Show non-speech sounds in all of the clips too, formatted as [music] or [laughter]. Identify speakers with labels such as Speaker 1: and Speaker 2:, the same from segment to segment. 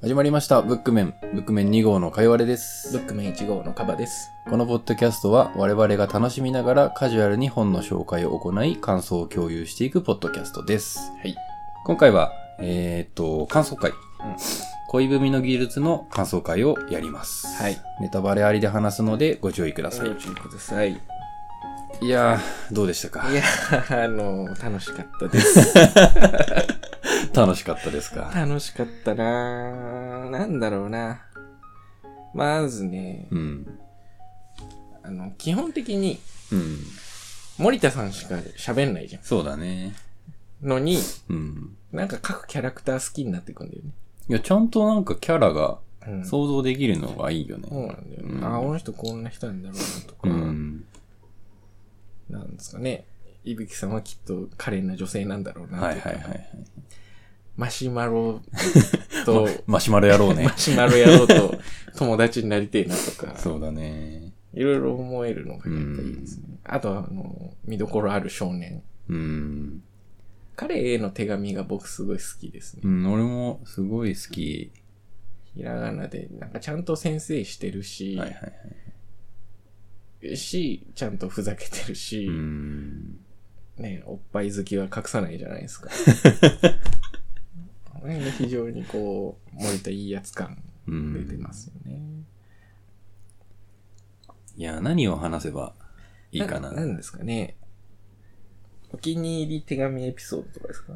Speaker 1: 始まりました、ブックメン。ブックメン2号のかいわれです
Speaker 2: ブ。ックメン1号のカバです。
Speaker 1: このポッドキャストは我々が楽しみながらカジュアルに本の紹介を行い、感想を共有していくポッドキャストです。
Speaker 2: はい。
Speaker 1: 今回は、えーっと、感想会。恋文の技術の感想会をやります。
Speaker 2: はい。
Speaker 1: ネタバレありで話すのでご注意くださ
Speaker 2: 最
Speaker 1: い。
Speaker 2: 初ください。い
Speaker 1: いやー、どうでしたか
Speaker 2: や [laughs] ー、あのー、楽しかったです。
Speaker 1: 楽しかったですか
Speaker 2: [laughs] 楽しかったなー。なんだろうな。まずね、
Speaker 1: うん。
Speaker 2: あの、基本的に
Speaker 1: うん。
Speaker 2: 森田さんしか喋んないじゃ
Speaker 1: そうだね。
Speaker 2: ん。のに、
Speaker 1: うん。
Speaker 2: なんか各キャラクター好きになっていくんだよね。
Speaker 1: いや、ちゃんとなんかキャラが
Speaker 2: うん。
Speaker 1: 想像できるのがいいよね。
Speaker 2: そうなんだよね。
Speaker 1: うん
Speaker 2: ああ、この人こんな人なんだろうなとか、
Speaker 1: うん。
Speaker 2: なんですかね。いぶきさんはきっと可憐な女性なんだろうなとか
Speaker 1: はいはいはい。
Speaker 2: マシュマロ [laughs] と、
Speaker 1: マシュマロ野郎ね
Speaker 2: マ。シュマロ野郎と友達になりてえなと
Speaker 1: [laughs]
Speaker 2: か、
Speaker 1: そうだね。
Speaker 2: いろいろ思えるのがやっぱいいですね。あとは、あの、見どころある少年。
Speaker 1: うん。
Speaker 2: 彼への手紙が僕すごい好きですね
Speaker 1: う。ん、俺もすごい好き。
Speaker 2: ひらがなで、なんかちゃんと先生してるし、
Speaker 1: はいはいはい。
Speaker 2: し、ちゃんとふざけてるし、
Speaker 1: うん。
Speaker 2: ね、おっぱい好きは隠さないじゃな
Speaker 1: [laughs]
Speaker 2: いですか。この辺が非常にこう、森田いいやつ感
Speaker 1: うん
Speaker 2: 出てますよね。
Speaker 1: いや、何を話せばいいかな。
Speaker 2: なんですかね。お気に入り手紙エピソードとかですか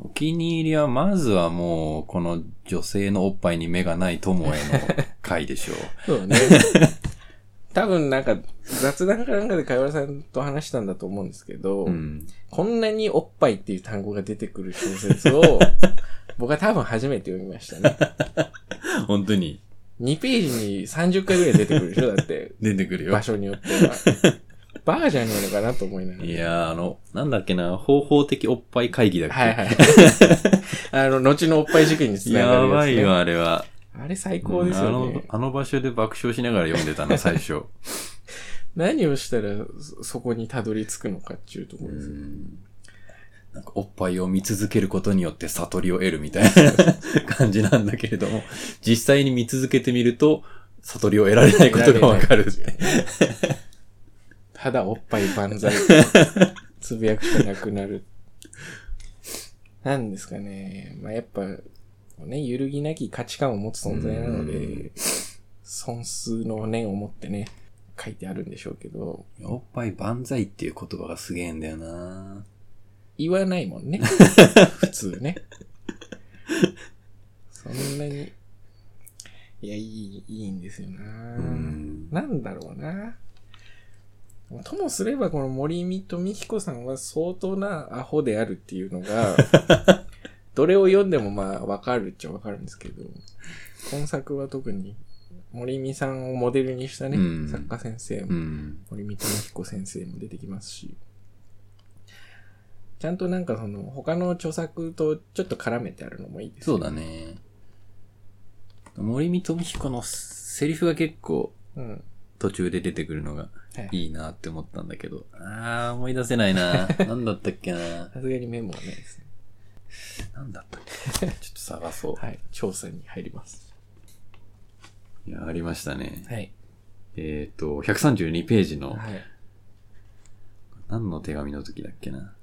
Speaker 1: お気に入りは、まずはもう、この女性のおっぱいに目がない友への回でしょう。
Speaker 2: そ
Speaker 1: [laughs]
Speaker 2: うね。多分なんか雑談かなんかでかよらさんと話したんだと思うんですけど、
Speaker 1: [laughs] うん。
Speaker 2: こんなにおっぱいっていう単語が出てくる小説
Speaker 1: [laughs]
Speaker 2: を僕は多分初めて読みましたね。
Speaker 1: 本当に
Speaker 2: 2ページに30回ぐらい出てくるでしょだって、
Speaker 1: 出てくるよ
Speaker 2: 場。所によっては。
Speaker 1: [laughs]
Speaker 2: バカじゃねえのかなと思いながら。
Speaker 1: いやー、あの、なんだっけな、方法的おっぱい会議だっけ、 [laughs]
Speaker 2: はいはい。あの、後のおっぱい事件につながる
Speaker 1: や
Speaker 2: やつ、ね。
Speaker 1: ばいよ、あれは。
Speaker 2: あれ最高です
Speaker 1: あ
Speaker 2: よ
Speaker 1: の
Speaker 2: ね。。
Speaker 1: あの場所で爆笑しながら読んでたな、最初。
Speaker 2: 何をしたらそそこにたどり着くのかっていうところですよね
Speaker 1: なんかおっぱいを見続けることによって悟りを得るみたい [laughs] な感じなんだけれども、実際に見続けてみると、悟りを得られないことがわかる。
Speaker 2: ただおっぱい万歳。つぶやくしかなくなる。なんですかね。まあ、やっぱ、ね、揺るぎなき価値観を持つ存在なので、損数の念を持ってね、書いてあるんでしょうけど、
Speaker 1: [laughs] おっぱい万歳っていう言葉がすげえんだよな
Speaker 2: 言わない
Speaker 1: [laughs]
Speaker 2: もんね。普通ね。そんなに、いや、いい、いいんですよな
Speaker 1: うん
Speaker 2: なんだろうな。ともすれば、この森美と美彦さんは相当なアホであるっていう
Speaker 1: [laughs]
Speaker 2: のが、どれを読んでもまあわかるっちゃわかるんですけど、今作は特に森美さんをモデルにしたね、
Speaker 1: うん
Speaker 2: 作家先生
Speaker 1: う
Speaker 2: も、
Speaker 1: ん。
Speaker 2: 森美と美彦先生も出てきますし、ちゃんとなんかその他の著作とちょっと絡めてあるのもいいです
Speaker 1: そう
Speaker 2: よ
Speaker 1: だね。森見富彦のセリフが結構
Speaker 2: うん。
Speaker 1: 途中で出てくるのが
Speaker 2: はい
Speaker 1: いいなって思ったんだけど、あー、思い出せない [laughs] ななんだったっけな
Speaker 2: さすがにメモはないですね。
Speaker 1: なんだったっけちょっと探そう。
Speaker 2: はい。調査に入ります。
Speaker 1: いや、ありましたね。
Speaker 2: はい。
Speaker 1: えっ、と、132ページの、
Speaker 2: はい。
Speaker 1: 何の手紙の時だっけな。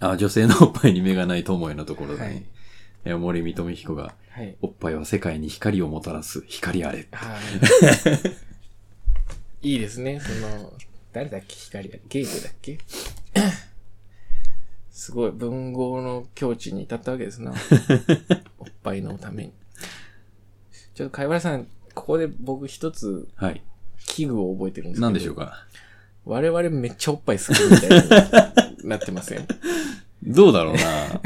Speaker 1: あ、女性のおっぱいに目がない友へのところだ
Speaker 2: はい
Speaker 1: ね。えー森見富彦が、
Speaker 2: はい。
Speaker 1: おっぱいは世界に光をもたらす、光あれ。
Speaker 2: はい。いいですね。その、誰だっけ光だっけゲートだっけすごい文豪の境地に至ったわけですな。おっぱいのために。ちょっと、かいわらさん、ここで僕一つ
Speaker 1: はい。
Speaker 2: 器具を覚えてるんですけど。
Speaker 1: 何でしょうか
Speaker 2: 我々めっちゃおっぱい好きみたいになってません。い [laughs]
Speaker 1: どうだろうな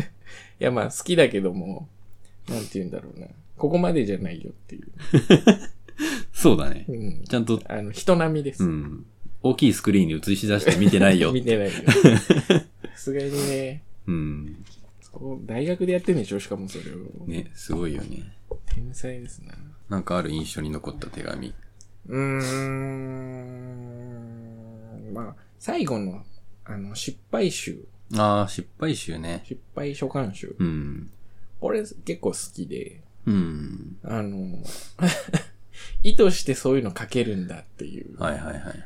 Speaker 2: や、まあ好きだけども、なんて言うんだろうな。ここまでじゃないよっていう。
Speaker 1: そうだね
Speaker 2: う。ん。
Speaker 1: ちゃんと、
Speaker 2: あの、人並みです。
Speaker 1: うん。大きいスクリーンに映し出して見てないよ。
Speaker 2: [laughs] 見てないよ。さすがにね、
Speaker 1: うん。
Speaker 2: そう大学でやってんでしょしかもそれを。
Speaker 1: ね、すごいよね。
Speaker 2: 天才ですな。
Speaker 1: なんかある印象に残った手紙。
Speaker 2: うーん。まあ、最後の、あの、失敗集、
Speaker 1: あー、失敗集ね。
Speaker 2: 失敗書簡集。
Speaker 1: うん。
Speaker 2: 俺結構好きで、
Speaker 1: うん。
Speaker 2: あの、 [laughs] 意図してそういうの書けるんだっていう、
Speaker 1: はいはいはいはい。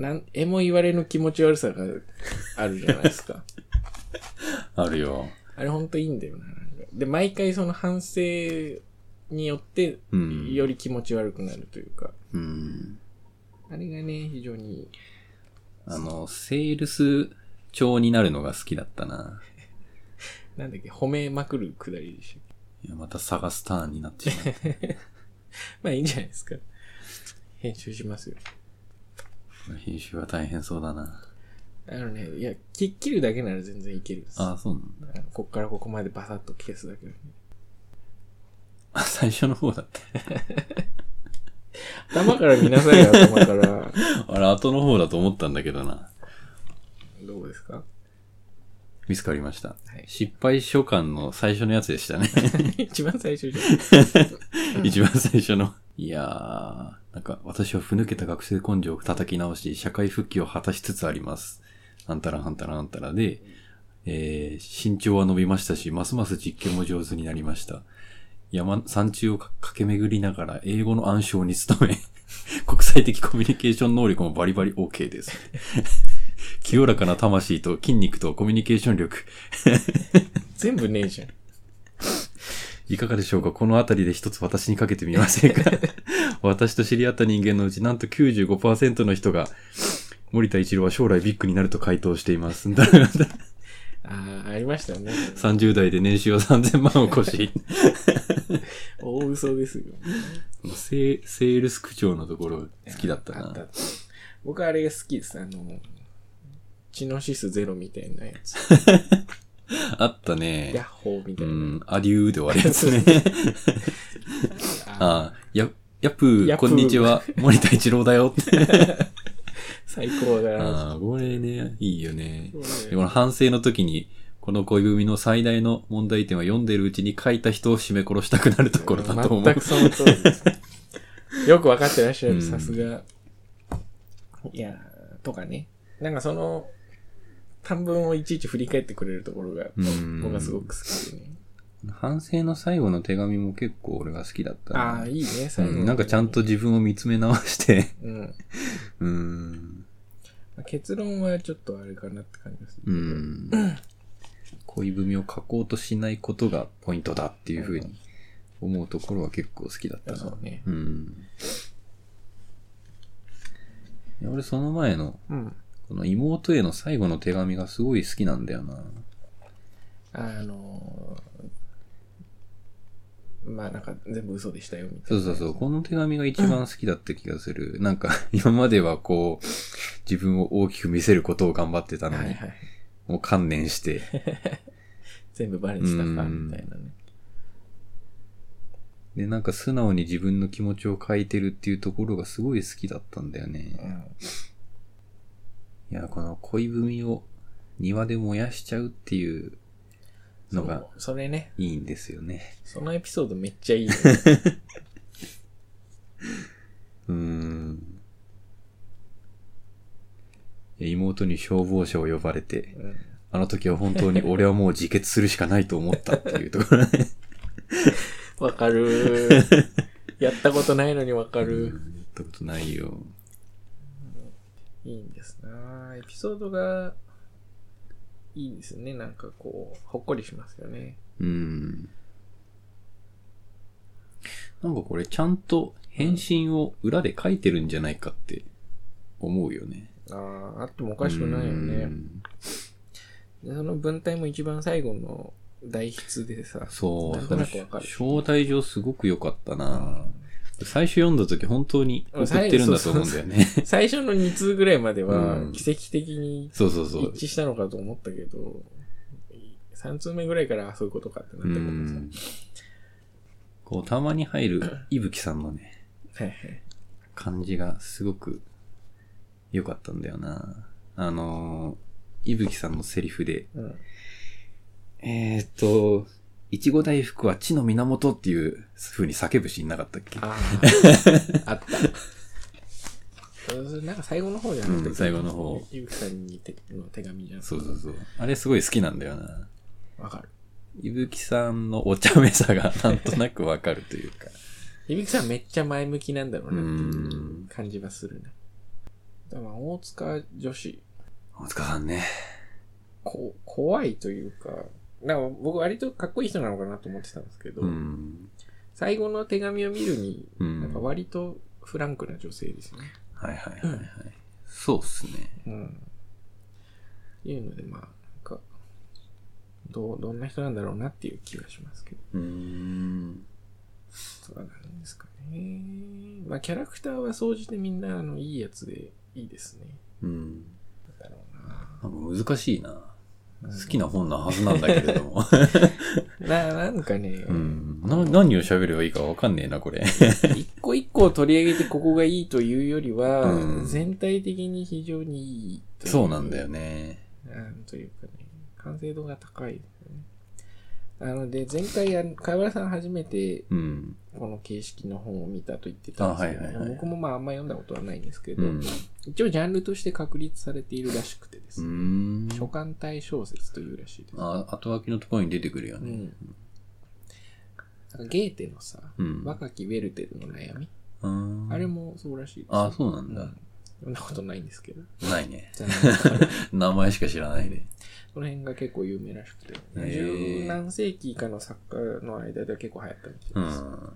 Speaker 2: なん、えも言われぬ気持ち悪さがあるじゃないです [laughs] か。
Speaker 1: あるよ。
Speaker 2: あれほんといいんだよな。なんかで、毎回その反省によって、
Speaker 1: うん
Speaker 2: より気持ち悪くなるというか、
Speaker 1: うん。
Speaker 2: あれがね、非常にいい。
Speaker 1: あの、セールス調になるのが好きだったな。
Speaker 2: なんだっけ、褒めまくるくだりでしたっけ
Speaker 1: いや、また探すターンになってしまう。
Speaker 2: まあいいんじゃないですか。編集しますよ。
Speaker 1: [laughs] 編集は大変そうだな。
Speaker 2: あのね、いや、き切るだけなら全然いけるです。
Speaker 1: ああ、そうなんだ。
Speaker 2: あのこっからここまでバサッと消すだけなんで。
Speaker 1: あ、最初の方だった。
Speaker 2: 頭から見なさいよ、頭
Speaker 1: [laughs]
Speaker 2: から。
Speaker 1: あれ、後の方だと思ったんだけどな。
Speaker 2: どうですか [laughs]
Speaker 1: 見つかりました。
Speaker 2: はい
Speaker 1: 失敗書簡の最初のやつでしたね。
Speaker 2: 一番最初じゃん。
Speaker 1: 一番最初の。いやー、なんか、私はふぬけた学生根性を叩き直し、社会復帰を果たしつつあります。あんたらあんたらあんたらで、えー、身長は伸びましたし、ますます実験も上手になりました。山、山中をか駆け巡りながら、英語の暗唱に努め、 [laughs] 国際的コミュニケーション能力もバリバリ OK です。清らかな魂と筋肉とコミュニケーション力、
Speaker 2: 全部ねえじゃん。
Speaker 1: いかがでしょうかこのあたりで一つ私にかけてみませんか [laughs] 私と知り合った人間のうちなんと95%の人が、森田一郎は将来ビッグになると回答しています。 [laughs] だから
Speaker 2: ああ、ありましたね。
Speaker 1: 30代で年収は3000万を超し、
Speaker 2: 大嘘ですよ。
Speaker 1: [laughs] セセールス区長のところ好きだった
Speaker 2: あ
Speaker 1: な。
Speaker 2: った僕あれが好きです。あの、知能指数ゼロみたいなやつ。
Speaker 1: あった
Speaker 2: ヤッ
Speaker 1: ね。
Speaker 2: ホーみた
Speaker 1: う
Speaker 2: いな。
Speaker 1: ん、アデューで終わるやつね。
Speaker 2: あ
Speaker 1: [laughs] あや、やっぷー、
Speaker 2: やっぷ
Speaker 1: こ
Speaker 2: ー
Speaker 1: んにちは、森田一郎だよって。
Speaker 2: 最高だな。
Speaker 1: ああ、これね、いいよね。でこ
Speaker 2: そうね
Speaker 1: の反省の時に、この恋文の最大の問題点は読んでるうちに書いた人を締め殺したくなるところだと思う。
Speaker 2: 全くその通りです。よくわかってらっしゃ
Speaker 1: うん
Speaker 2: る、さすが。いやー、とかね。なんかその、短文をいちいち振り返ってくれるところが、
Speaker 1: うん
Speaker 2: 僕はすごく好きでね。
Speaker 1: 反省の最後の手紙も結構俺が好きだったな
Speaker 2: ああ、いいね、
Speaker 1: う
Speaker 2: 最後、
Speaker 1: ん、なんかちゃんと、自分を見つめ直して、
Speaker 2: うん。
Speaker 1: うん、
Speaker 2: まあ結論はちょっとあれかなって感じです
Speaker 1: う。ん、恋文を書こうとしないことがポイントだっていうふうに思うところは結構好きだったな。
Speaker 2: そうね。
Speaker 1: うん。いや俺その前の、
Speaker 2: うん。
Speaker 1: この妹への最後の手紙がすごい好きなんだよな。
Speaker 2: あのーまあなんか全部嘘でしたよ、みた
Speaker 1: そ
Speaker 2: いうな。
Speaker 1: そうそう。この手紙が一番好きだった気がする。なんか、 [laughs] 今まではこう、自分を大きく見せることを頑張ってたの
Speaker 2: はい
Speaker 1: に、
Speaker 2: はい。
Speaker 1: もう観念して。
Speaker 2: 全部バレてたか、みたいなね。
Speaker 1: で、なんか素直に自分の気持ちを書いてるっていうところがすごい好きだったんだよ
Speaker 2: う
Speaker 1: ね。
Speaker 2: ん。
Speaker 1: いや、この恋文を庭で燃やしちゃうっていうのが
Speaker 2: そうそれね、
Speaker 1: いいんですよね。
Speaker 2: そのエピソードめっちゃ
Speaker 1: [laughs]
Speaker 2: いいよね。
Speaker 1: うーん。妹に消防車を呼ばれて、
Speaker 2: うん
Speaker 1: あの時は本当に俺はもう自決するしかないと思ったっていうところね。
Speaker 2: わかるー。やったことないのにわか
Speaker 1: や
Speaker 2: る。
Speaker 1: ったことないよ。
Speaker 2: いいんですなーエピソードが、いいですね。なんかこう、ほっこりしますよね。
Speaker 1: うん。なんかこれちゃんと返信を裏で書いてるんじゃないかって思うよね。
Speaker 2: ああ、あってもお
Speaker 1: お
Speaker 2: かしくないよね。でその文体も一番最後の代筆でさ。
Speaker 1: そう。
Speaker 2: なん
Speaker 1: ことの
Speaker 2: なくわかる。
Speaker 1: 招待状すごく良かったな最初読んだ時本当に送ってるんだと思うんだよね。
Speaker 2: 最初の2通ぐらいまでは
Speaker 1: うん
Speaker 2: 奇跡的
Speaker 1: [laughs]
Speaker 2: に
Speaker 1: そうそうそう。
Speaker 2: 一致したのかと思ったけど、3通目ぐらいからあそういうことかってな
Speaker 1: う
Speaker 2: ったけど
Speaker 1: ん。こう、たまに入るいぶきさんのね、
Speaker 2: さ。はいはい。
Speaker 1: 感じがすごく良かったんだよな。あのー、いぶきさんのセリフで、
Speaker 2: うん。
Speaker 1: えーっと、いちご大福は地の源っていう風に叫ぶシーンなかったっけ
Speaker 2: あ
Speaker 1: [laughs]
Speaker 2: あ。あった。それなんか最後の方じゃなくて、
Speaker 1: うん最後の方
Speaker 2: ゆうきさんにての手紙じゃん。
Speaker 1: そうそうそう。あれすごい好きなんだよな。
Speaker 2: わかる。
Speaker 1: いぶきさんのお茶目さが [laughs] なんとなくわかるというか。
Speaker 2: ゆびきさんめっちゃ前向きなんだろう
Speaker 1: うー。
Speaker 2: なっていうん感じはするね。だから大塚女子、
Speaker 1: 大塚さんね。
Speaker 2: こ怖いというか、なんか僕割とかっこいい人なのかなと思ってたんですけど、
Speaker 1: うん。
Speaker 2: 最後の手紙を見るに、
Speaker 1: う
Speaker 2: なん
Speaker 1: ん。
Speaker 2: か
Speaker 1: はい
Speaker 2: 割とフランクな女性ですね。
Speaker 1: はいはいはい。そうっすね。
Speaker 2: うん。いうので、まあ、なんか、どう、どんな人なんだろうなっていう気がしますけど、
Speaker 1: うーん。
Speaker 2: そうなんですかね。まあ、キャラクターは総じてみんな、あの、いいやつでいいですね。
Speaker 1: うん。
Speaker 2: なんだろうな。
Speaker 1: なんか難しいな。
Speaker 2: うん
Speaker 1: 好きな本なはずなんだけれど
Speaker 2: [laughs]
Speaker 1: も。
Speaker 2: な、なんかね、
Speaker 1: うん。な、何を喋ればいいかわかんねえな、これ。
Speaker 2: 一個一個を取り上げてここがいいというよりは、
Speaker 1: うん
Speaker 2: 全体的に非常にいいとい
Speaker 1: そうなんだよ。ね。
Speaker 2: なんというかね、完成度が高いですよね。なので、前回、あの、貝原さん初めて、
Speaker 1: うん。
Speaker 2: この形式の本を見たと言ってたんですけど、
Speaker 1: あはいはいはい
Speaker 2: 僕もまああんま読んだことはないんですけ
Speaker 1: う
Speaker 2: ど、
Speaker 1: ん。
Speaker 2: 一応ジャンルとして確立されているらしくてです
Speaker 1: うん。
Speaker 2: ね、書簡体小説というらしいです。
Speaker 1: あ、後書きのところに出てくるよ
Speaker 2: う
Speaker 1: ね。
Speaker 2: ん、なんかゲーテのさ、
Speaker 1: うん。
Speaker 2: 若きウェルテルの悩み、
Speaker 1: うん
Speaker 2: あれもそうらしいです、
Speaker 1: あ、そうなん
Speaker 2: う
Speaker 1: だ
Speaker 2: ん。読んだことないんです
Speaker 1: [laughs]
Speaker 2: けど、
Speaker 1: ないね。
Speaker 2: 残念ながら
Speaker 1: 名前しか知らないね。
Speaker 2: この辺が結構有名らしくて、
Speaker 1: へー
Speaker 2: 十何世紀以下の作家の間では結構流行ったみた
Speaker 1: う
Speaker 2: いです。
Speaker 1: ん。
Speaker 2: うん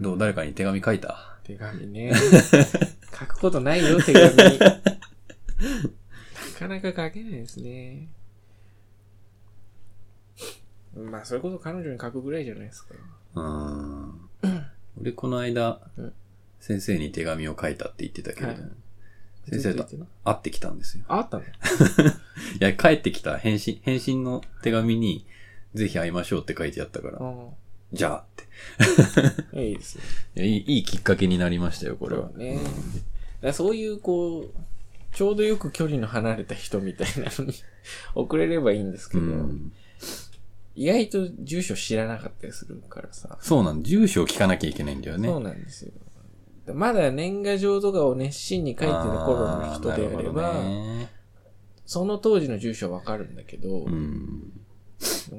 Speaker 1: どう誰かに手紙書いた
Speaker 2: 手紙ね。 [laughs] 書くことないよ、手
Speaker 1: [laughs]
Speaker 2: 紙。なかなか書けないですね。まあ、それこそ彼女に書くぐらいじゃないですか。
Speaker 1: うん。俺この間
Speaker 2: うん、
Speaker 1: 先生に手紙を書いたって言ってたけれども
Speaker 2: は、
Speaker 1: 先生と
Speaker 2: 続いてね
Speaker 1: 会ってきたんですよ。
Speaker 2: ああったの
Speaker 1: いや、帰ってきた返信、返信の手紙に、ぜひ会いましょうって書いてあったから、 [laughs] じゃあって。
Speaker 2: ああ、いいですね。
Speaker 1: いやいい、いいきっかけになりましたよ、これは
Speaker 2: そう。ね。だからそういう、こう、ちょうどよく距離の離れた人みたいなのに [laughs] 送れればいいんですけ
Speaker 1: う
Speaker 2: ど、
Speaker 1: ん。
Speaker 2: 意外と住所知らなかったりするからさ。
Speaker 1: そうなん住所を聞かなきゃいけないんだよね。
Speaker 2: そうなんですよ。まだ年賀状とかを熱心に書いてる頃の人であれば、
Speaker 1: あーなるほどね
Speaker 2: その当時の住所わかるんだけど、
Speaker 1: うん。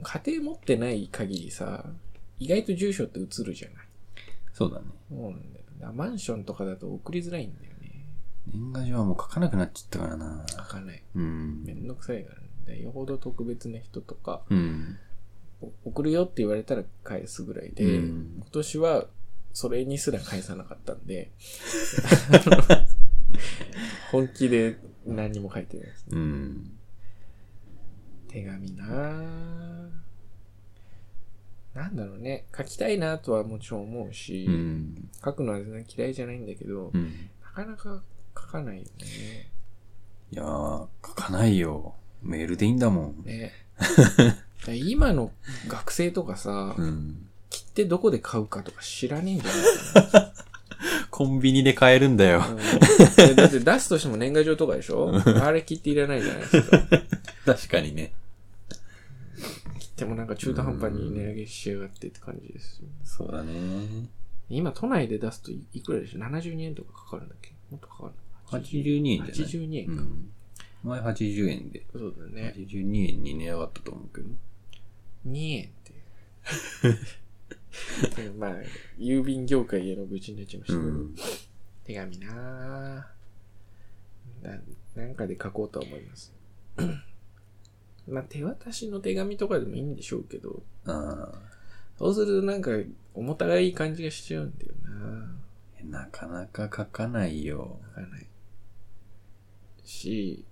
Speaker 2: 家庭持ってない限りさ、意外と住所って移るじゃない。
Speaker 1: そうだね。
Speaker 2: そうなんだよ。だからマンションとかだと送りづらいんだよね。
Speaker 1: 年賀状はもう書かなくなっちゃったからな。
Speaker 2: 書かない。
Speaker 1: うん
Speaker 2: め。んどくさいからね。だからよほど特別な人とか、
Speaker 1: うん。
Speaker 2: お送るよって言われたら返すぐらいで、
Speaker 1: うん
Speaker 2: 今年はそれにすら返さなかった
Speaker 1: [laughs]
Speaker 2: んで、あの本気で何にも書いてないです
Speaker 1: う
Speaker 2: ね。
Speaker 1: ん。
Speaker 2: 手紙なぁ。なんだろうね。書きたいなとはもちろん思うし、
Speaker 1: うん。
Speaker 2: 書くのは全然嫌いじゃないんだけど、
Speaker 1: うん。
Speaker 2: なかなか書かないよね。
Speaker 1: いやー、書かないよ。メールでいいんだもん。 [laughs]
Speaker 2: ね。だから今の学生とかさ、
Speaker 1: うん。
Speaker 2: 切ってどこで買うかとか知らねえんじゃない
Speaker 1: コンビニで買えるんだよ。 [laughs]
Speaker 2: うんだって出すとしても年賀状とかでしょあれ切っていらないじゃないですか。
Speaker 1: 確かにね。
Speaker 2: 切ってもなんか中途半端に値上げしやがってって感じですよ。
Speaker 1: そうだね。
Speaker 2: 今都内で出すといいくらでしょ ?72 円とかかかるんだっけもっとかかるの
Speaker 1: 82円じゃない
Speaker 2: 82
Speaker 1: う
Speaker 2: 円か。
Speaker 1: ん。前80円で。
Speaker 2: そうだね。
Speaker 1: 82円に値上がったと思うけど。
Speaker 2: 2円っ
Speaker 1: [laughs]
Speaker 2: ていう。まあ、郵便業界への愚痴になっちゃいましたけど、
Speaker 1: うん。
Speaker 2: 手紙なぁ。ななんかで書こうとは思います。 [clears throat] まあ、手渡しの手紙とかでもいいんでしょうけど、
Speaker 1: ああ。
Speaker 2: そうするとなんか、重たがいい感じがしちゃうんだよな
Speaker 1: なかなか書かないよ。
Speaker 2: 書かない。し、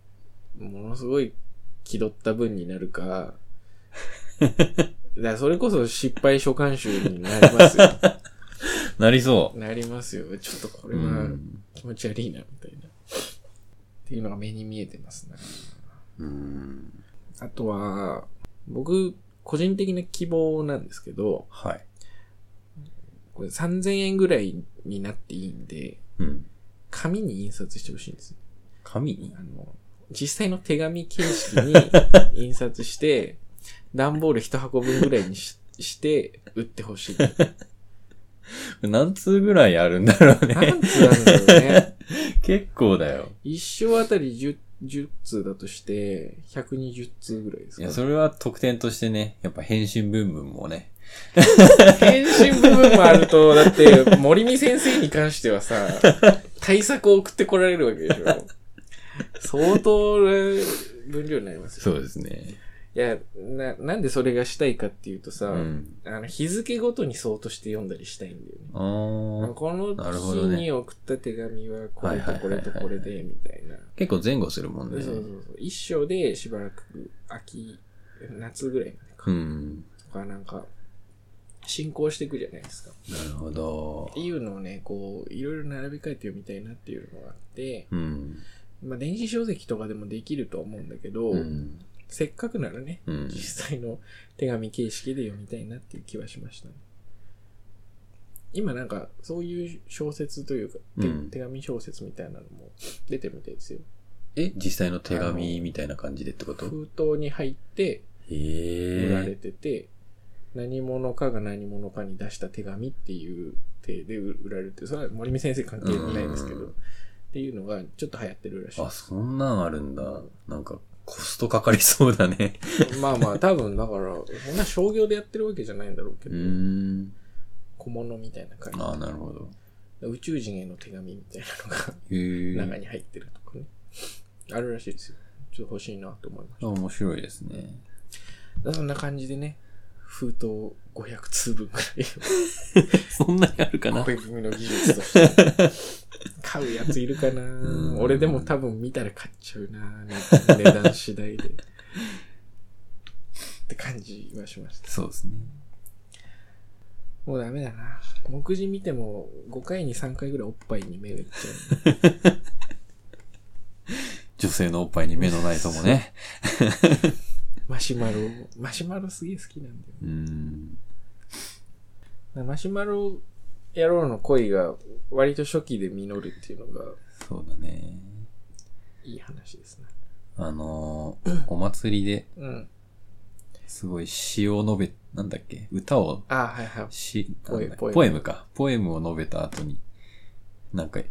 Speaker 2: ものすごい気取った分になる
Speaker 1: [laughs]
Speaker 2: か、だからそれこそ失敗書簡集になりますよ。
Speaker 1: なりそう。
Speaker 2: なりますよ。ちょっとこれ
Speaker 1: う
Speaker 2: は
Speaker 1: ん。
Speaker 2: 気持ち悪いな、みたいな。っていうのが目に見えてますね。
Speaker 1: うん。
Speaker 2: あとは、僕、個人的な希望なんですけど、
Speaker 1: はい。
Speaker 2: これ3000円ぐらいになっていいんで、
Speaker 1: うん。
Speaker 2: 紙に印刷してほしいんです。
Speaker 1: 紙に
Speaker 2: あの、実際の手紙形式に [laughs] 印刷して、段ボール一箱分ぐらいにしして、売ってほしい。
Speaker 1: 何通ぐらいあるんだろう
Speaker 2: な
Speaker 1: ね。 [laughs]
Speaker 2: [laughs] んつうんだろうね。
Speaker 1: 結構だよ。
Speaker 2: 一生あたり 10, 10通だとして、120通ぐらいです
Speaker 1: い
Speaker 2: か、
Speaker 1: や、それは特典としてね、やっぱ返信文文もね、
Speaker 2: 返信部分もあると、だって、森見先生に関して
Speaker 1: [laughs]
Speaker 2: はさ、対策を送ってこられるわけでしょ。相当な分量になりますよ。
Speaker 1: そうですね。
Speaker 2: いや、な、なんでそれがしたいかっていうとさ、
Speaker 1: うん。
Speaker 2: あの、日付ごとにそうとして読んだりしたいんだよね。
Speaker 1: あー
Speaker 2: この
Speaker 1: なるほ
Speaker 2: 日
Speaker 1: どね
Speaker 2: に送った手紙はこれとこれとこれで、みたいな。
Speaker 1: 結構前後するもん
Speaker 2: そう
Speaker 1: ね。
Speaker 2: そうそう。一章でしばらく秋、夏ぐらいまでか。
Speaker 1: うん。
Speaker 2: とかなんか、進行していくじゃないですか。
Speaker 1: なるほど
Speaker 2: って。いうのをね、こう、いろいろ並べ替えて読みたいなっていうのがあって、
Speaker 1: うん。
Speaker 2: まあ、電子書籍とかでもできると思うんだけど、
Speaker 1: うん。
Speaker 2: せっかくならね、
Speaker 1: うん。
Speaker 2: 実際の手紙形式で読みたいなっていう気はしましたね。今なんか、そういう小説というか、手
Speaker 1: うん
Speaker 2: 手紙小説みたいなのも出てるみたいですよ。
Speaker 1: え、実際の手紙みたいな感じでってこと
Speaker 2: 封筒に入って
Speaker 1: へ
Speaker 2: 売られ
Speaker 1: え。
Speaker 2: てて、何者かが何者かに出した手紙っていう手で売られて、それは森見先生関係ないですけ
Speaker 1: うん
Speaker 2: ど、っていうのがちょっと流行ってるらしい
Speaker 1: あ、。そんなんあるんだ。なんか、コストかかりそうだね。
Speaker 2: [laughs] まあまあ、多分だから、そんな商業でやってるわけじゃないんだろう
Speaker 1: [laughs]
Speaker 2: け
Speaker 1: う
Speaker 2: ど、
Speaker 1: ーん。
Speaker 2: 小物みたいな感
Speaker 1: ああ、なるほど。
Speaker 2: じ。宇宙人への手紙みたいな
Speaker 1: へえ。
Speaker 2: のが中に入ってるとかね。あるらしいですよ。ちょっと欲しいなと思いまし
Speaker 1: あ面白いですね。
Speaker 2: た。そんな感じでね、封筒500通分くらい。
Speaker 1: そんなにあるかな
Speaker 2: 恋文の技術として。 [laughs] 買うやついるか
Speaker 1: ん
Speaker 2: な俺でも多分見たら買っちゃうな値段次第 [laughs] で。って感じはしました。
Speaker 1: そうですね。
Speaker 2: もうダメだな。目次見ても5回に3回ぐらいおっぱいに目がいっちゃう。
Speaker 1: 女性のおっぱいに目のないともね。
Speaker 2: マシュマロ、マシュマロすげえ好きなんだよ
Speaker 1: [laughs] うーん。
Speaker 2: な。マシュマロ野郎の恋が割と初期で実るっていうのが
Speaker 1: そうだね。
Speaker 2: いい話ですね。
Speaker 1: あのー [laughs] お祭りで、
Speaker 2: うん。
Speaker 1: すごい詩を述べ、なんだっけ歌を、
Speaker 2: あはいはい。
Speaker 1: 詩、
Speaker 2: ポエ
Speaker 1: なんだっけ
Speaker 2: ポエム
Speaker 1: ポエムか。ポエムを述べた後に、なんか、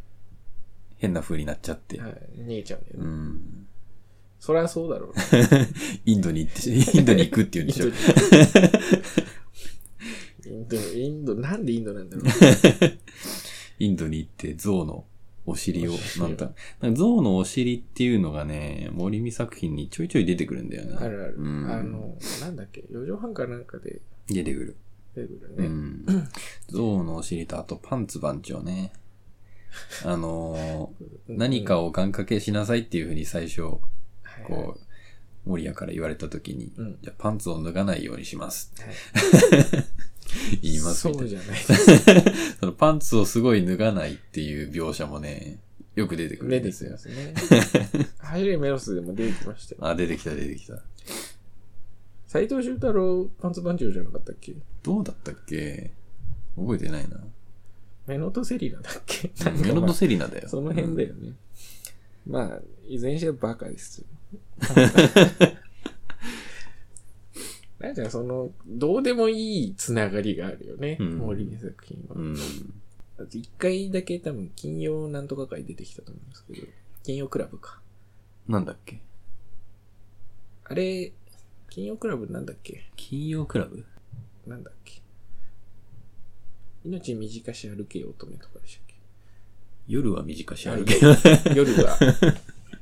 Speaker 1: 変な風になっちゃって。
Speaker 2: はい、逃げちゃうんだよね。
Speaker 1: うん。
Speaker 2: そりゃそうだろうな。
Speaker 1: インドに行
Speaker 2: [laughs]
Speaker 1: って、インドに行くって言うんでしょ。
Speaker 2: インド、インド、なんでインドなんだろう。
Speaker 1: [laughs] インドに行って、象のお尻を
Speaker 2: お、尻を
Speaker 1: なんか、なんか象のお尻っていうのがね、森見作品にちょいちょい出てくるんだよね。
Speaker 2: あるある。
Speaker 1: うん
Speaker 2: あの、なんだっけ、4畳半かなんかで
Speaker 1: 出てくる。
Speaker 2: 出てくる
Speaker 1: う
Speaker 2: ね。
Speaker 1: ん。象のお尻と、あとパンツ番長ね。あのー
Speaker 2: [laughs] うん
Speaker 1: 何かを願掛けしなさいっていうふうに最初、
Speaker 2: はいはい
Speaker 1: こう、森屋から言われた時に、
Speaker 2: うん
Speaker 1: じゃあパンツを脱がないようにします。
Speaker 2: はい
Speaker 1: 言います
Speaker 2: そ
Speaker 1: みたいうな。
Speaker 2: じゃない。
Speaker 1: そのパンツをすごい脱がないっていう描写もね、よく出てくる
Speaker 2: 出
Speaker 1: んで
Speaker 2: て
Speaker 1: す
Speaker 2: き
Speaker 1: よ
Speaker 2: ま。す
Speaker 1: [laughs]
Speaker 2: ね。走れメロスでも出てきましたよ。
Speaker 1: あ、出てきた出てきた。
Speaker 2: 斎藤修太郎、パンツ番長じゃなかったっけ
Speaker 1: どうだったっけ覚えてないな。
Speaker 2: メノとセリナだっけ
Speaker 1: うんメロ
Speaker 2: なん
Speaker 1: ド
Speaker 2: か
Speaker 1: セリナだ
Speaker 2: まあ
Speaker 1: よ。
Speaker 2: その辺だよ
Speaker 1: うん
Speaker 2: ね。まあ、いずれにしてもバカですよ。なんかその、どうでもいいつながりがあるよね。
Speaker 1: うん
Speaker 2: 森の作品は。
Speaker 1: うん。
Speaker 2: あと一回だけ多分金曜なんとか会出てきたと思うんですけど、金曜クラブか。
Speaker 1: なんだっけ
Speaker 2: あれ、金曜クラブなんだっけ
Speaker 1: 金曜クラブ
Speaker 2: なんだっけ命短し歩けよ乙女とかでしたっ
Speaker 1: 夜は短し
Speaker 2: け
Speaker 1: 歩けど、
Speaker 2: あ夜は、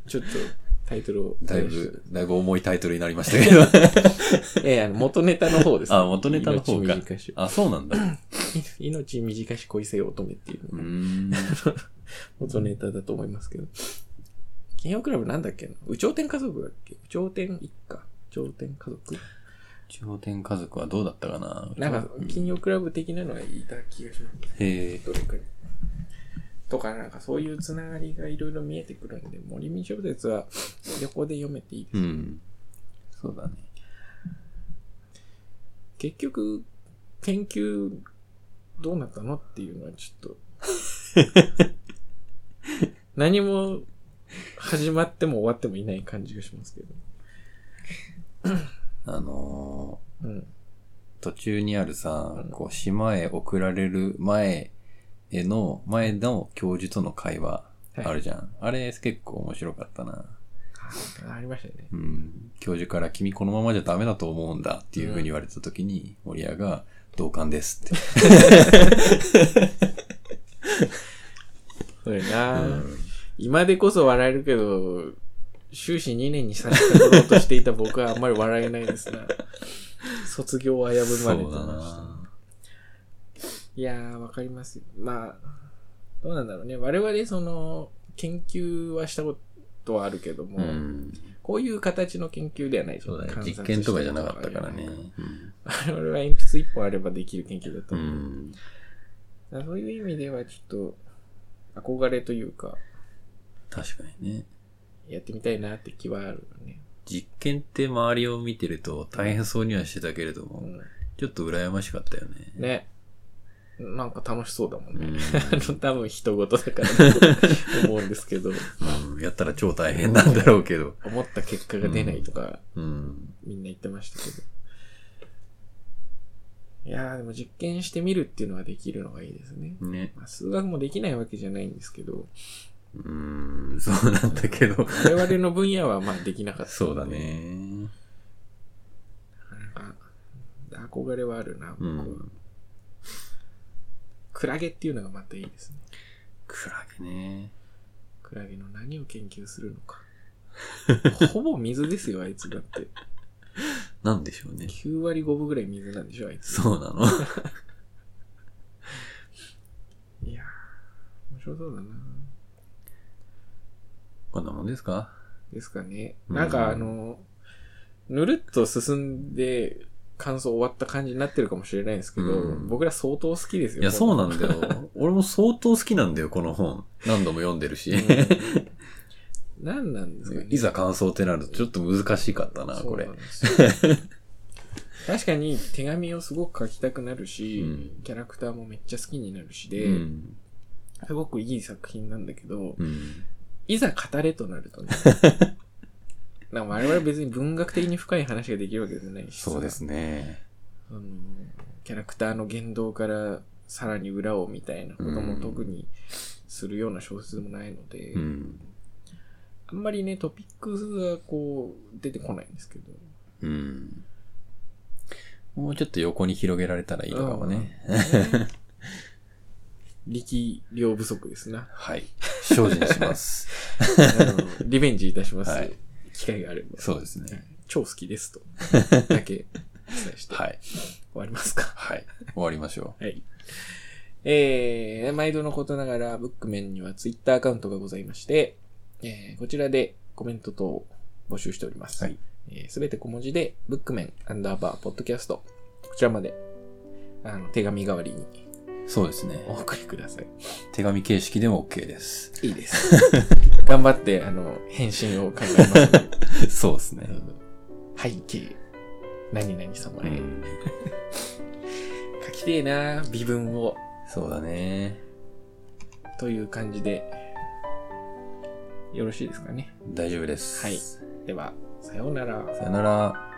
Speaker 2: ちょっとタイトルを。
Speaker 1: だいぶ、だいぶ重いタイトルになりましたけ
Speaker 2: [laughs]
Speaker 1: ど。
Speaker 2: ええ、あの元ネタの方です、
Speaker 1: あ元ネタの方か
Speaker 2: 命短し。
Speaker 1: あ、そうなんだ。う
Speaker 2: 命短し恋せよ乙女っていう
Speaker 1: ー
Speaker 2: のが [laughs]
Speaker 1: ん。
Speaker 2: 元ネタだと思いますけど。金曜クラブなんだっけな宇頂天家族だっけ宇頂天一家宇頂天家族
Speaker 1: 頂点家族はどうだったかな
Speaker 2: なんか
Speaker 1: う、
Speaker 2: 金曜クラブ的なのはいた気がします。
Speaker 1: へえ。
Speaker 2: どれくらい。とか、なんかそういうつながりがいろいろ見えてくるんで、森見小説は横で読めていいです。
Speaker 1: うん。そうだね。
Speaker 2: 結局、研究どうなったのっていうのはちょっと、 [laughs] 何も始まっても終わってもいない感じがしますけど。
Speaker 1: あのー、
Speaker 2: うん。
Speaker 1: 途中にあるさ
Speaker 2: う、ん
Speaker 1: こう、島へ送られる前への、前の教授との会話あるじゃん。あれ結構面白かったな。
Speaker 2: あありましたよね。
Speaker 1: うん、教授から君このままじゃダメだと思うんだっていうふうに言われた時に、森谷が同感ですって。
Speaker 2: そうやな、
Speaker 1: うん
Speaker 2: 今でこそ笑えるけど、終始2年に差し掛かろうとしていた僕はあんまり笑えないで
Speaker 1: [laughs]
Speaker 2: すな。卒業を危ぶまれて
Speaker 1: そうだ
Speaker 2: ました。
Speaker 1: ない
Speaker 2: やー、わかりますよ。まあ、どうなんだろうね。我々、その、研究はしたことはあるけども、
Speaker 1: うん。
Speaker 2: こういう形の研究ではない。
Speaker 1: そうだね
Speaker 2: 観。察
Speaker 1: 実験とかじゃなかったからね
Speaker 2: したりと。か。我々は鉛筆一本あればできる研究だと
Speaker 1: う
Speaker 2: 思う。
Speaker 1: ん。
Speaker 2: だからそういう意味では、ちょっと、憧れというか、
Speaker 1: 確かにね。
Speaker 2: やってみたいなって気はあるよね。
Speaker 1: 実験って周りを見てると大変そうにはしてたけれど
Speaker 2: う
Speaker 1: も、
Speaker 2: ん
Speaker 1: ちょっと羨ましかったよね。
Speaker 2: ね。なんか楽しそうだもん
Speaker 1: う
Speaker 2: ね。
Speaker 1: ん
Speaker 2: [laughs] あの、多分人事だからだと [laughs] 思うんですけど、
Speaker 1: うんやったら超大変なんだろうけど。
Speaker 2: 思った結果が出ないとか、
Speaker 1: うん。
Speaker 2: みんな言ってましたけど。いやー、でも実験してみるっていうのはできるのがいいですね。
Speaker 1: ね。
Speaker 2: まあ、数学もできないわけじゃないんですけど、
Speaker 1: うん、そうなんだけど。
Speaker 2: 我々の分野はまあできなかった。
Speaker 1: そうだ。ね。
Speaker 2: なんか、憧れはあるな、
Speaker 1: う
Speaker 2: 僕は。
Speaker 1: ん。
Speaker 2: クラゲっていうのがまたいいですね。
Speaker 1: クラゲね。
Speaker 2: クラゲの何を研究するの [laughs] か。ほぼ水ですよ、あいつだって。
Speaker 1: なんでしょうね。
Speaker 2: 9割5分ぐらい水なんでしょ、あいつ。
Speaker 1: そうなの。
Speaker 2: いやー、面白そうだな。
Speaker 1: こんなもんですか
Speaker 2: ですかね。
Speaker 1: うん
Speaker 2: なんかあの、ぬるっと進んで感想終わった感じになってるかもしれないんですけど、
Speaker 1: うん
Speaker 2: 僕ら相当好きですよ。
Speaker 1: いや、そうなんだ
Speaker 2: よ。
Speaker 1: よ。俺も相当好きなんだよ、この本。何度も読んでるし。
Speaker 2: うん何なんですかね。
Speaker 1: いざ感想ってなるとちょっと難しかったな、
Speaker 2: そ
Speaker 1: こ
Speaker 2: うな
Speaker 1: れ
Speaker 2: ん。ですよ確かに手紙をすごく書きたくなるし、
Speaker 1: うん
Speaker 2: キャラクターもめっちゃ好きになるし
Speaker 1: う
Speaker 2: で、
Speaker 1: ん。
Speaker 2: すごくいい作品なんだけど、
Speaker 1: うん。
Speaker 2: いざ語れとなるとね。
Speaker 1: [laughs]
Speaker 2: なんか我々別に文学的に深い話ができるわけじゃないしさ。
Speaker 1: そうですね。
Speaker 2: あの。キャラクターの言動からさらに裏をみたいなことも特にするような小説でもないので、
Speaker 1: うん。
Speaker 2: あんまりね、トピックがこう出てこないんですけど。
Speaker 1: うん。もうちょっと横に広げられたらいいのかもね。
Speaker 2: うん。力量不足で
Speaker 1: [laughs]
Speaker 2: すな。
Speaker 1: はい。精進します。
Speaker 2: あのリベンジいたします。
Speaker 1: はい
Speaker 2: 機会があれば。
Speaker 1: そうですね。
Speaker 2: 超好きで
Speaker 1: [laughs]
Speaker 2: すと。だけお伝えして終
Speaker 1: はい。
Speaker 2: わりますか。
Speaker 1: はい。終わりましょ
Speaker 2: はい。えー、毎度のことながら、ブックメンにはツイッターアカウントがございまして、えー、こちらでコメント等を募集しております。
Speaker 1: はい
Speaker 2: えー。すべて小文字で、ブックメン、アンダーバー、ポッドキャスト、こちらまで、あの、手紙代わりに
Speaker 1: う。そうですね。
Speaker 2: お送りください。
Speaker 1: 手紙形式でも OK です。
Speaker 2: いいです。 [laughs] 頑張って、あの、返信を考えますので。 [laughs]
Speaker 1: そうですね。
Speaker 2: 背景、何々様
Speaker 1: う
Speaker 2: へ。
Speaker 1: ん
Speaker 2: 書きてえな微文を。
Speaker 1: そうだね。
Speaker 2: という感じで、よろしいですかね。
Speaker 1: 大丈夫です。
Speaker 2: はいでは、さようなら。
Speaker 1: さよなら。